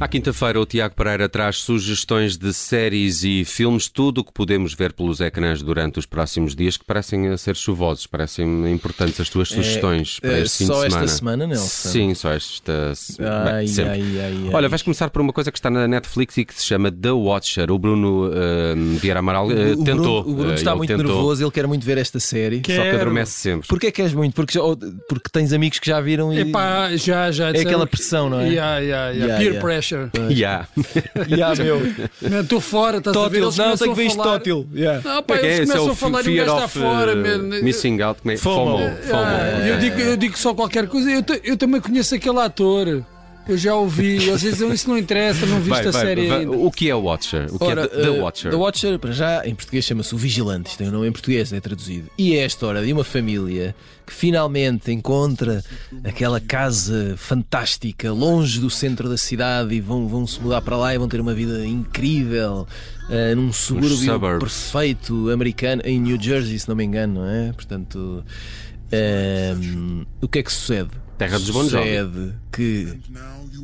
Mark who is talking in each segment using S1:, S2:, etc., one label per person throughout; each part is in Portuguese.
S1: À quinta-feira, o Tiago Pereira traz sugestões de séries e filmes, tudo o que podemos ver pelos ecrãs durante os próximos dias, que parecem ser chuvosos, parecem importantes as tuas sugestões para
S2: é
S1: este fim
S2: só
S1: de
S2: esta
S1: semana.
S2: semana, Nelson?
S1: Sim, só esta se-
S2: Ai,
S1: bem, sempre.
S2: ai, ai, ai.
S1: Olha, vais começar por uma coisa que está na Netflix e que se chama The Watcher. O Bruno eh, Vieira Amaral eh,
S2: O
S1: tentou.
S2: Bruno, o Bruno
S1: eh,
S2: está
S1: ele
S2: muito
S1: tentou.
S2: nervoso, ele quer muito ver esta série.
S1: Só que
S3: Quero.
S1: adormece sempre.
S2: Porquê queres muito? Porque, já- ou- porque tens amigos que já viram e.
S3: Epá, já, já. disseram
S2: aquela
S3: que-
S2: pressão, não é?
S3: Yeah, yeah, yeah.
S2: Yeah,
S3: Peer
S2: yeah.
S3: pressure.
S1: Yeah.
S2: Ya, meu.
S3: Man, Estou fora, estás a ver?
S2: Tótil,
S3: Eles
S2: não,
S3: começam
S2: tenho que ver
S3: a
S2: isto
S3: falar-
S2: tótil. Ya.
S3: Não, pá,
S1: Como é que é?
S3: eles
S1: Esse é
S3: começam
S1: o
S3: a falar e o
S1: fear
S3: gajo está
S1: of,
S3: fora,
S1: eh,
S3: man.
S1: Missing Out. como é?
S2: FOMO.
S1: FOMO. é.
S3: Ah,
S1: FOMO.
S2: é?
S3: eu, digo, eu digo só qualquer coisa. Eu, ta- eu também conheço aquele ator. Eu já ouvi. Às vezes isso não interessa, não viste
S1: Vai,
S3: a
S1: vai,
S3: série
S1: vai.
S3: ainda.
S1: O que é Watcher? O que é
S2: Ora,
S1: The
S2: eh,
S1: Watcher?
S2: The Watcher, para já, em português chama-se O Vigilante, isto tem o nome em português, é traduzido. E é a história de uma família que finalmente encontra aquela casa fantástica longe do centro da cidade e vão, vão se mudar para lá e vão ter uma vida incrível eh, num subúrbio
S1: suburbs.
S2: perfeito americano, em New Jersey, se não me engano, não é? Portanto, ehm, o que é que sucede?
S1: Terra dos Bon Jovi.
S2: Sucede que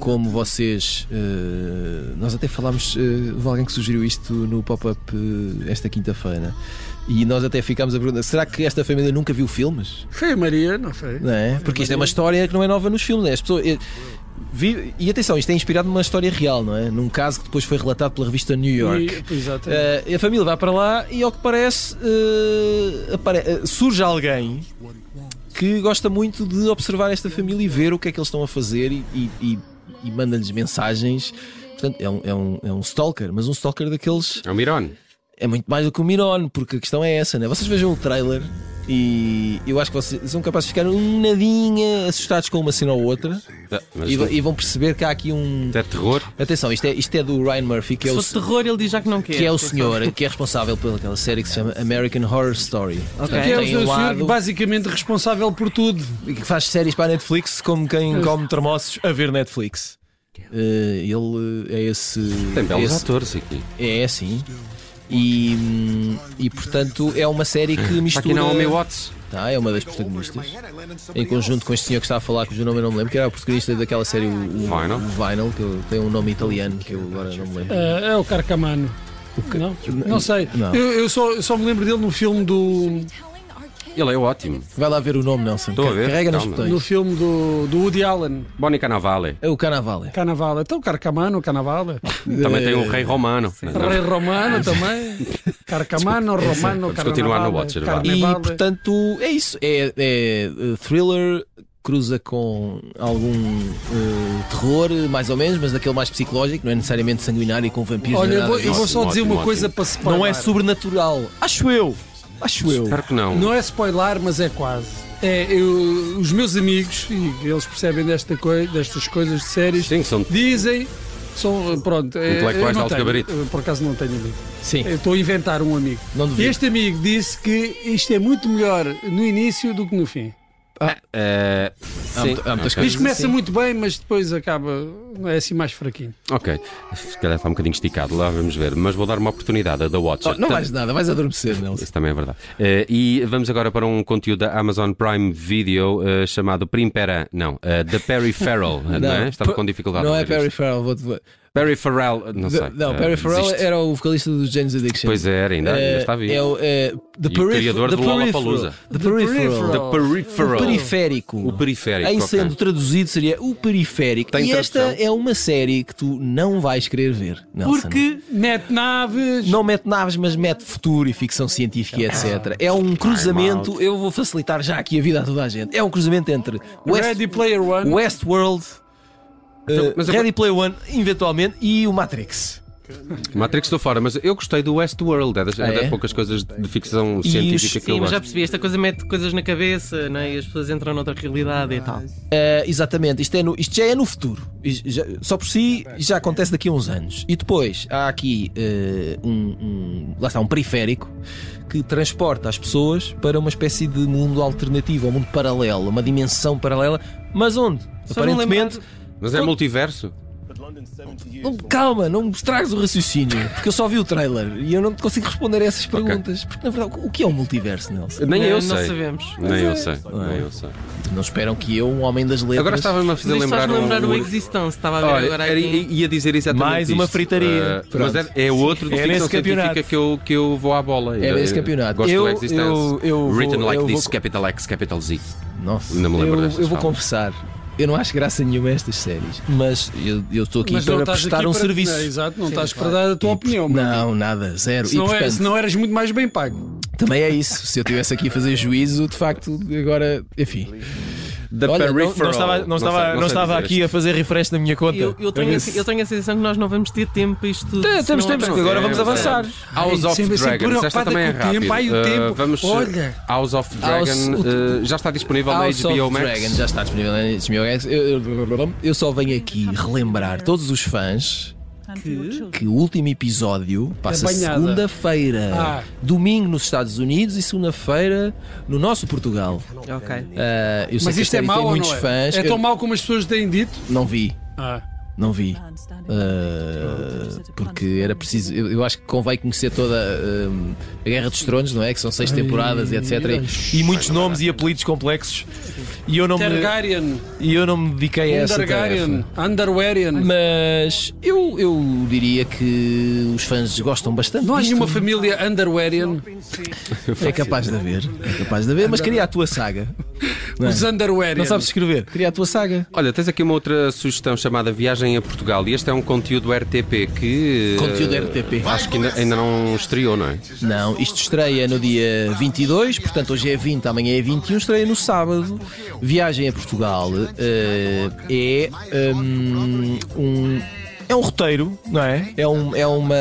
S2: como vocês. eh, nós até falámos. eh, houve alguém que sugeriu isto no pop-up eh, esta quinta-feira. E nós até ficámos a perguntar: será que esta família nunca viu filmes?
S3: Foi a Maria, não foi?
S2: Não é? Porque isto é uma história que não é nova nos filmes. né? As pessoas. eh, vi- e atenção, isto é inspirado numa história real, não é? Num caso que depois foi relatado pela revista New York.
S3: E- exatamente.
S2: Eh, a família vai para lá e, ao que parece, eh, apare- eh, surge alguém que gosta muito de observar esta família e ver o que é que eles estão a fazer e, e- e- e manda-lhes mensagens. Portanto, é um, é um- é um stalker, mas um stalker daqueles
S1: É o Miron.
S2: é muito mais do que um Miron, porque a questão é essa, né? Vocês vejam o trailer e eu acho que vocês são capazes de ficar um nadinha assustados com uma cena ou outra
S1: Ah, Mas
S2: e,
S1: não-
S2: vão- e vão perceber que há aqui um.
S1: é terror?
S2: Atenção, isto é, isto é do Ryan Murphy, que é
S4: Se
S2: o,
S4: fosse terror, ele diz já que não quer.
S2: que é o senhor que é responsável por aquela série que se chama American Horror Story.
S4: Ok.
S3: Que é o
S2: Tem um
S3: senhor
S2: lado-
S3: basicamente responsável por tudo.
S2: E que faz séries para a Netflix como quem come termossos a ver Netflix. Eh, ele eh, é esse.
S1: Tem belos
S2: esse-
S1: atores aqui.
S2: É assim. E, hum, e portanto é uma série que
S1: Está aqui
S2: mistura.
S1: na Naomi Watts.
S2: Tá, é uma das protagonistas. Em conjunto com este senhor que está a falar, cujo nome eu não me lembro, que era o protagonista daquela série o, o-
S1: Vinyl.
S2: o Vinyl, que eu- tem um nome italiano que eu agora não me lembro.
S3: Ah, é o Carcamano. Não, não sei.
S2: Eh, Não.
S3: Eu, eu só, eu só me lembro dele no filme do,
S1: Ele é ótimo.
S2: Vai lá ver o nome, Nelson.
S1: Estou a ver,
S2: Carrega nos
S1: calma.
S3: no
S2: botões.
S3: filme do, do Woody Allen,
S1: Bonnie Cannavale.
S2: É o Canavale. Eh,
S3: Cannavale. Então, Carcamano, Cannavale.
S1: Também tem um o Rei Romano. Não,
S3: Rei Romano também. Carcamano, Romano,
S1: Vamos continuar no
S3: Carnavale,
S1: Watcher, vá.
S2: E
S3: Carnevale.
S2: portanto é isso. É, é, uh, thriller, cruza com algum uh, terror, mais ou menos, mas daquele mais psicológico, não é necessariamente sanguinário e com vampiros.
S3: Olha,
S2: nem
S3: eu
S2: nada
S3: vou, eu
S2: disso.
S3: vou só
S1: Ótimo,
S3: dizer uma
S1: ótimo.
S3: coisa para spoiler.
S2: Não é sobrenatural. Acho eu. Acho eu.
S1: Espero que não.
S3: Não é spoiler, mas é quase. É, eu- os meus amigos, e eles percebem desta coi- destas coisas de séries,
S1: Sim, são
S3: dizem. São, pronto, é,
S1: intelectuais
S3: eu
S1: de
S3: não
S1: alto
S3: tenho,
S1: gabarito.
S3: eu, Por acaso não tenho amigo.
S2: Sim.
S3: Eu Estou a inventar um amigo.
S2: Não
S3: E
S2: devia.
S3: este amigo disse que isto é muito melhor no início do que no fim.
S1: Eh,
S2: Há
S1: sim.
S2: muita- há muitas
S1: Ok.
S3: Isto começa
S2: Sim.
S3: muito bem, mas depois acaba, não é assim mais fraquinho.
S1: Ok. Se calhar está um bocadinho esticado, lá vamos ver. Mas vou dar uma oportunidade a The Watcher.
S2: Oh, não
S1: Tam-
S2: vais nada, vais adormecer, Nelson.
S1: Isso também é verdade. Eh, e vamos agora para um conteúdo da Amazon Prime Video eh, chamado Primpera. Não, eh, The Perry Farrell. não, é? Estava
S2: per-
S1: com dificuldade.
S2: Não
S1: a
S2: é
S1: ver
S2: Perry
S1: isto.
S2: Farrell, vou-te. ver.
S1: Perry Farrell. Não sei.
S2: The- Não,
S1: eh,
S2: Perry Farrell
S1: desiste.
S2: era o vocalista do James Addiction.
S1: Pois é, era, ainda, ainda
S2: Eh,
S1: está vivo.
S2: É o eh, the
S1: o
S2: peripher-
S1: criador
S2: the
S1: do
S2: peripheral.
S1: Lollapalooza.
S2: The Peripheral.
S3: Peripheral.
S1: The Peripheral.
S2: Periférico.
S1: O periférico.
S2: Em
S1: É ok.
S2: sendo traduzido seria o periférico.
S1: Tem
S2: e esta
S1: tradução?
S2: é uma série que tu não vais querer ver. Nelson.
S4: Porque
S3: Mete naves.
S2: não mete naves, mas mete futuro e ficção
S1: Ah,
S2: científica, e etc. É um cruzamento. Eu vou facilitar já aqui a vida a toda a gente. É um cruzamento entre West,
S3: Ready Player One.
S2: Westworld, eh,
S1: mas eu-
S2: Ready Player One, eventualmente, e o Matrix.
S1: Matrix estou fora, mas eu gostei do Westworld. É das,
S2: Ah,
S1: é das
S2: é?
S1: poucas coisas de de ficção
S2: E
S1: científica
S2: os-
S1: que eu
S4: Sim, mas já
S1: gosto.
S4: percebi, esta coisa mete coisas na cabeça não é? e as pessoas entram noutra realidade e tal.
S2: Eh, exatamente, isto, é no- isto já é no futuro. Isto já- só por si já acontece daqui a uns anos. E depois há aqui eh, um, um- Lá está, um periférico que transporta as pessoas para uma espécie de mundo alternativo, um mundo paralelo, uma dimensão paralela, mas onde?
S4: Só não
S2: aparentemente.
S4: lembrar-
S1: Mas é multiverso.
S2: Não, calma, não me estragues o raciocínio, porque eu só vi o trailer e eu não te consigo responder a essas perguntas. Porque na verdade, o que é o multiverso, Nelson?
S1: Nem eu
S4: Eh, não
S1: sei.
S4: sabemos.
S1: Nem eu sei, nem eu sei.
S2: Não esperam que eu, um homem das letras.
S1: Agora estava-me a fazer
S4: Mas
S1: lembrar,
S4: estás a lembrar
S1: um-
S4: o Existence, estava a ver
S1: Olha,
S4: agora é
S1: era-
S4: aqui.
S1: ia dizer exatamente
S5: Mais uma
S1: isto.
S5: fritaria.
S1: Ah, mas é, é outro de
S5: É
S1: ficção
S5: nesse
S1: científica
S5: campeonato.
S1: que eu, que eu vou à bola.
S2: É
S1: Eu-
S2: nesse
S1: eu
S2: campeonato.
S1: Gosto
S5: Eu-
S1: do Existence.
S5: eu- eu
S1: Written
S5: vou-
S1: like
S5: eu
S1: this,
S5: vou-
S1: capital X, capital Z.
S2: Nossa,
S1: Não me lembro
S2: eu,
S1: destas
S2: eu vou
S1: falas.
S2: confessar. Eu não acho graça nenhuma a estas séries, mas eu, eu estou aqui
S3: Mas não
S2: para
S3: estás
S2: prestar
S3: aqui
S2: um
S3: para-
S2: serviço.
S3: Não, exato, não estás
S4: claro.
S3: para dar a tua opinião. meu amigo.
S2: Não, nada, zero.
S3: Se
S2: e
S3: não, é-
S2: portanto,
S3: se não eras muito mais bem pago.
S2: também é isso. Se eu estivesse aqui a fazer juízo, de facto, agora, enfim.
S1: The
S2: Olha, não- não
S5: Não estava, não estava,
S1: sei-
S5: não
S1: sei
S5: estava
S1: dizer
S5: aqui a fazer refresh na minha conta.
S4: Eu, eu tenho, a- eu tenho a sensação que nós não vamos ter tempo para isto. tudo,
S5: Tem-
S4: se
S5: temos
S4: não
S5: tempo,
S4: avançar.
S5: agora vamos
S1: é,
S5: avançar.
S1: House of
S3: sempre- sempre
S1: Dragons, esta
S3: preocupada
S1: também é
S3: com o tempo.
S1: rápida.
S3: Ai, o tempo.
S1: vamos, eh,
S3: Olha.
S1: House of Dragon
S2: House-
S1: eh, já está disponível
S2: House
S1: na HBO
S2: of
S1: Max.
S2: Dragon já está disponível né, na HBO Max. Eu, eu- eu só venho aqui relembrar todos os fãs que o último episódio passa
S3: É banhada.
S2: segunda-feira,
S3: Ah.
S2: domingo nos Estados Unidos e segunda-feira no nosso Portugal.
S4: Ok.
S2: Ah, eu sei
S3: Mas
S2: que a
S3: isto é
S2: série
S3: mau
S2: tem
S3: ou
S2: muitos
S3: não é?
S2: fãs.
S3: é
S2: Eu
S3: tão mau como as pessoas têm dito?
S2: Não vi,
S3: Ah.
S2: não vi.
S6: Ah,
S2: Porque era preciso, eu, eu acho que convém conhecer toda ah, a Guerra dos Tronos, não é? Que são seis temporadas e etc.
S5: E muitos nomes e apelidos complexos. E eu não me,
S3: Targaryen,
S5: e eu não me dediquei
S2: Um
S5: a essa
S3: Undergaryen,
S5: tarefa.
S3: Underwarian.
S2: É Mas eu, eu diria que os fãs gostam bastante.
S3: Não há
S2: disto.
S3: nenhuma família Underwarian.
S2: É capaz de haver, é capaz de haver, mas queria a tua saga. Não, é?
S3: Os Underwarian.
S5: Não sabes escrever.
S2: Queria a tua saga.
S1: Olha, tens aqui uma outra sugestão chamada Viagem a Portugal e este é um conteúdo RTP que. eh,
S2: Conteúdo RTP.
S1: Acho que ainda, ainda não estreou, não é?
S2: Não, isto estreia no dia 22, portanto hoje é 20, amanhã é 21, estreia no sábado. Viagem a Portugal eh, é hum, um.
S5: É um roteiro, não é?
S2: É, um, é uma.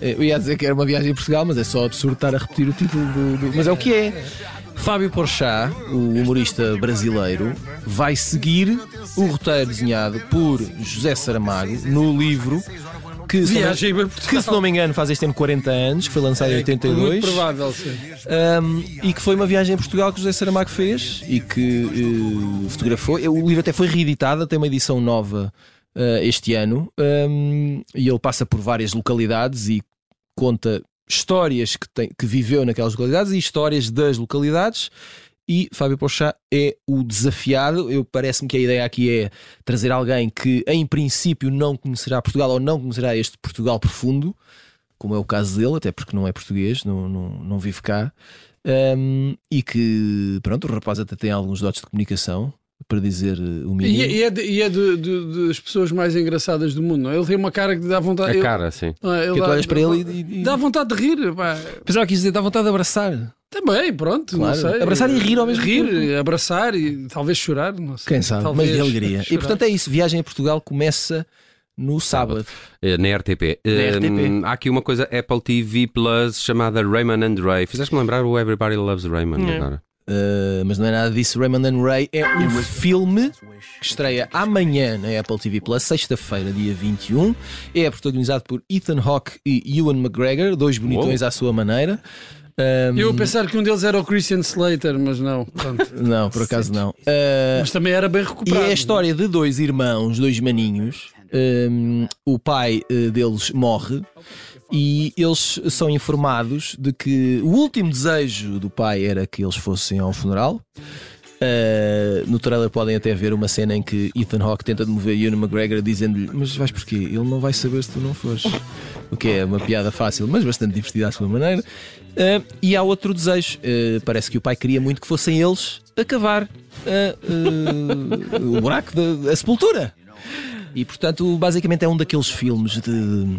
S2: Eu ia dizer que era uma viagem a Portugal, mas é só absurdo estar a repetir o título do. do- mas é o que é. Fábio Porchat, o humorista brasileiro, vai seguir o roteiro desenhado por José Saramago no livro que, se não-
S3: Viagem para
S5: Que
S3: Portugal.
S5: se não me engano faz este ano 40 anos, que foi lançado em
S3: Muito
S5: 82.
S3: provável, sim.
S2: Um, e que foi uma viagem a Portugal que José Saramago fez e que eh, fotografou. O livro até foi reeditado, tem uma edição nova eh, este ano um, e ele passa por várias localidades e conta histórias que, tem- que viveu naquelas localidades e histórias das localidades. E Fábio Pochá é o desafiado. Eu parece-me que a ideia aqui é trazer alguém que, em princípio, não conhecerá Portugal ou não conhecerá este Portugal profundo, como é o caso dele, até porque não é português, não, não, não vive cá. Ahm, e que, pronto, o rapaz até tem alguns dotes de comunicação, para dizer eh, o
S3: E, é-
S2: mínimo.
S3: e é, de- e é de- de- das pessoas mais engraçadas do mundo. não é? Ele tem uma cara que dá vontade.
S1: A
S3: eu-
S1: cara, sim.
S3: Ah, ele
S2: Porque tu
S3: dá-
S2: olhas para ele e. e, e...
S3: Dá vontade de rir. pá.
S2: Pensava que ias dizer, dá vontade de abraçar.
S3: Também, pronto.
S2: Claro.
S3: Não sei.
S2: Abraçar e rir ao mesmo
S3: Rir,
S2: tempo.
S3: abraçar e talvez chorar. Não sei.
S2: Quem sabe,
S3: Talvez
S2: mas de alegria. E
S3: chorar.
S2: portanto é isso, viagem a Portugal começa no sábado.
S1: Eh, Na RTP. Eh,
S5: RTP.
S1: há aqui uma coisa Apple TV Plus chamada Raymond and Ray. Fizeste-me lembrar o Everybody Loves Raymond
S4: É.
S1: agora.
S2: Uh, mas não é nada disso. Raymond and Ray é um filme que estreia amanhã na Apple TV Plus, sexta-feira, dia 21. É protagonizado por Ethan Hawke e Ewan McGregor, dois bonitões à sua maneira. Um,
S3: Eu a pensar que um deles era o Christian Slater, mas não. Pronto.
S2: Não, por acaso não. Uh,
S3: Mas também era bem
S2: E
S3: recuperado.
S2: é a história de dois irmãos, dois maninhos. Um, o pai eh, deles morre e eles são informados de que o último desejo do pai era que eles fossem ao funeral. Uh, no trailer podem até ver uma cena em que Ethan Hawke tenta demover Ewan McGregor dizendo-lhe Mas vais porquê? Ele não vai saber se tu não fores O que é uma piada fácil, mas bastante divertida à sua maneira Uh, E há outro desejo Uh, Parece que o pai queria muito que fossem eles a cavar uh, uh, o buraco da a sepultura E portanto, basicamente é um daqueles filmes de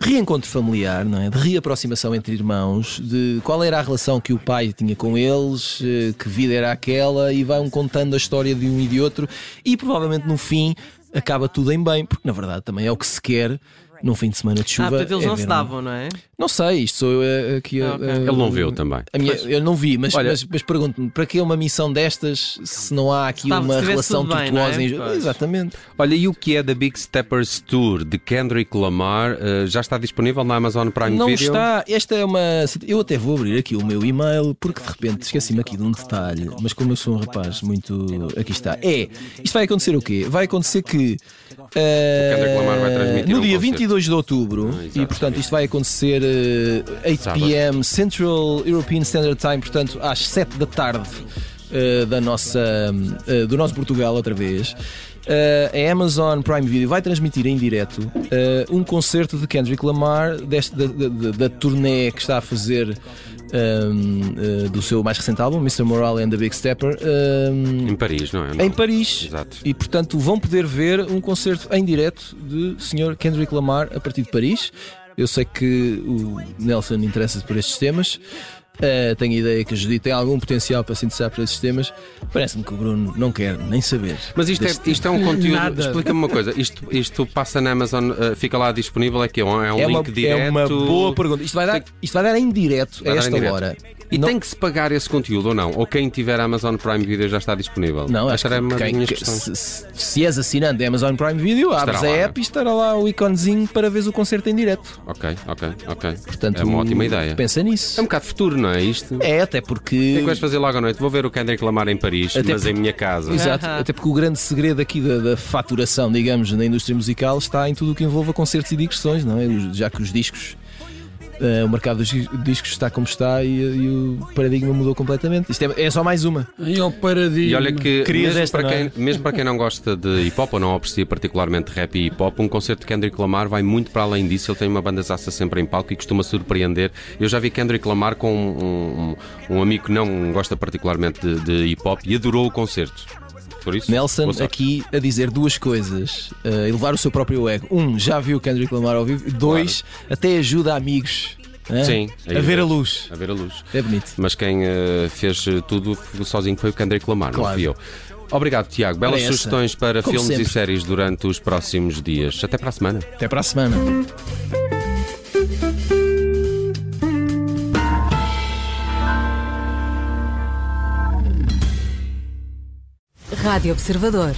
S2: reencontro familiar, não é? De reaproximação entre irmãos, de qual era a relação que o pai tinha com eles, eh, que vida era aquela, e vai um contando a história de um e de outro, e provavelmente no fim acaba tudo em bem, porque na verdade também é o que se quer num fim de semana de chuva.
S4: Ah, portanto, eles
S2: é
S4: não se
S2: ver-
S4: davam, não é?
S2: Não sei, isto sou eu eh, aqui a.
S4: Ah, ok.
S2: a-
S4: Ele
S1: Ele não viu também.
S2: a minha-
S4: Pois.
S2: eu não vi, mas,
S1: Olha-
S2: mas, mas pergunto-me, para que uma missão destas se não há aqui
S4: Se tava-
S2: uma
S4: se tivesse
S2: relação
S4: tudo bem,
S2: tortuosa?
S4: não é?
S2: em-
S4: Pois.
S2: Exatamente.
S1: Olha, e o que é da Big Steppers Tour de Kendrick Lamar? Eh, já está disponível na Amazon Prime
S2: Não
S1: Video?
S2: está. Esta é uma. Eu até vou abrir aqui o meu e-mail porque de repente esqueci-me aqui de um detalhe. Mas como eu sou um rapaz muito. Aqui está. É. Isto vai acontecer o quê? Vai acontecer que. eh,
S1: O Kendrick Lamar vai transmitir
S2: no
S1: um
S2: dia
S1: concerto.
S2: 22 de outubro, e portanto isto vai acontecer eh, 8
S1: Sábado.
S2: pm Central European Standard Time, portanto às 7 da tarde eh, da nossa, eh, do nosso Portugal outra vez. Eh, a Amazon Prime Video vai transmitir em direto eh, um concerto de Kendrick Lamar deste, da, da- da- da turnê que está a fazer ehm, eh, do seu mais recente álbum, Mr. Morale and the Big Stepper, ehm,
S1: Em Paris, não é?
S2: em Paris.
S1: Exato.
S2: E portanto vão poder ver um concerto em direto de Sr. Kendrick Lamar a partir de Paris. Eu sei que o Nelson interessa-se por estes temas. Uh, tenho a ideia que a Judith tem algum potencial para se interessar por estes temas. Parece-me que o Bruno não quer nem saber.
S1: Mas isto
S2: deste
S1: é, isto é um conteúdo.
S3: Nada.
S1: Explica-me uma coisa. Isto, isto passa na Amazon, eh, fica lá disponível aqui. É um, é um
S2: é,
S1: link
S2: uma,
S1: direto.
S2: é uma boa pergunta. Isto vai dar, isto vai dar em direto
S1: Vai dar
S2: a
S1: em
S2: esta
S1: direto.
S2: hora.
S1: E
S2: Não-
S1: tem que se pagar esse conteúdo ou não? Ou quem tiver a Amazon Prime Video já está disponível?
S2: Não, acho
S1: Esta era
S2: que,
S1: uma das
S2: quem-
S1: minhas
S2: que-
S1: questões.
S2: se, se- se és assinante da Amazon Prime Video, abres a
S1: lá,
S2: app
S1: não é?
S2: e estará lá o iconezinho para ver o concerto em direto.
S1: Ok, ok, ok.
S2: Portanto,
S1: é uma ótima ideia.
S2: Pensa nisso.
S1: É um bocado futuro, não é isto?
S2: É, até
S1: O que é
S2: porque.
S1: que vais fazer logo à noite? Vou ver o Kendrick Lamar em Paris,
S2: Até
S1: mas
S2: porque-
S1: em minha casa.
S2: Exato,
S4: Ahá.
S2: até porque o grande segredo aqui da, da faturação, digamos, na indústria musical está em tudo o que envolva concertos e digressões, não é? Os- Já que os discos, eh, o mercado dos dis- discos está como está e, e o paradigma mudou completamente. Isto é, é só mais uma.
S3: Aí ao paradigma.
S1: E olha que,
S5: Querias
S1: mesmo
S5: esta,
S1: para, quem,
S5: não
S1: mesmo para quem não gosta de hip hop ou não aprecia particularmente rap e hip hop, um concerto de Kendrick Lamar vai muito para além disso. Ele tem uma banda zaça sempre em palco e costuma surpreender. Eu já vi Kendrick Lamar com um, um- um amigo que não gosta particularmente de, de hip hop e adorou o concerto. Por isso,
S2: Nelson
S1: boa sorte.
S2: aqui a dizer duas coisas, eh, elevar o seu próprio ego. Um, já viu Kendrick Lamar ao vivo. Dois, até ajuda amigos é? hã?
S1: Sim,
S5: A ver a
S1: luz.
S5: luz.
S1: A ver a luz.
S2: É bonito.
S1: Mas quem eh, fez eh, tudo sozinho foi o Kendrick Lamar, não
S2: Claro.
S1: fui eu. Obrigado, Tiago. Belas
S2: Era essa.
S1: sugestões para
S2: Como
S1: filmes e
S2: sempre.
S1: séries durante os próximos dias. Até para a semana.
S2: Até para a semana.
S6: Rádio Observador.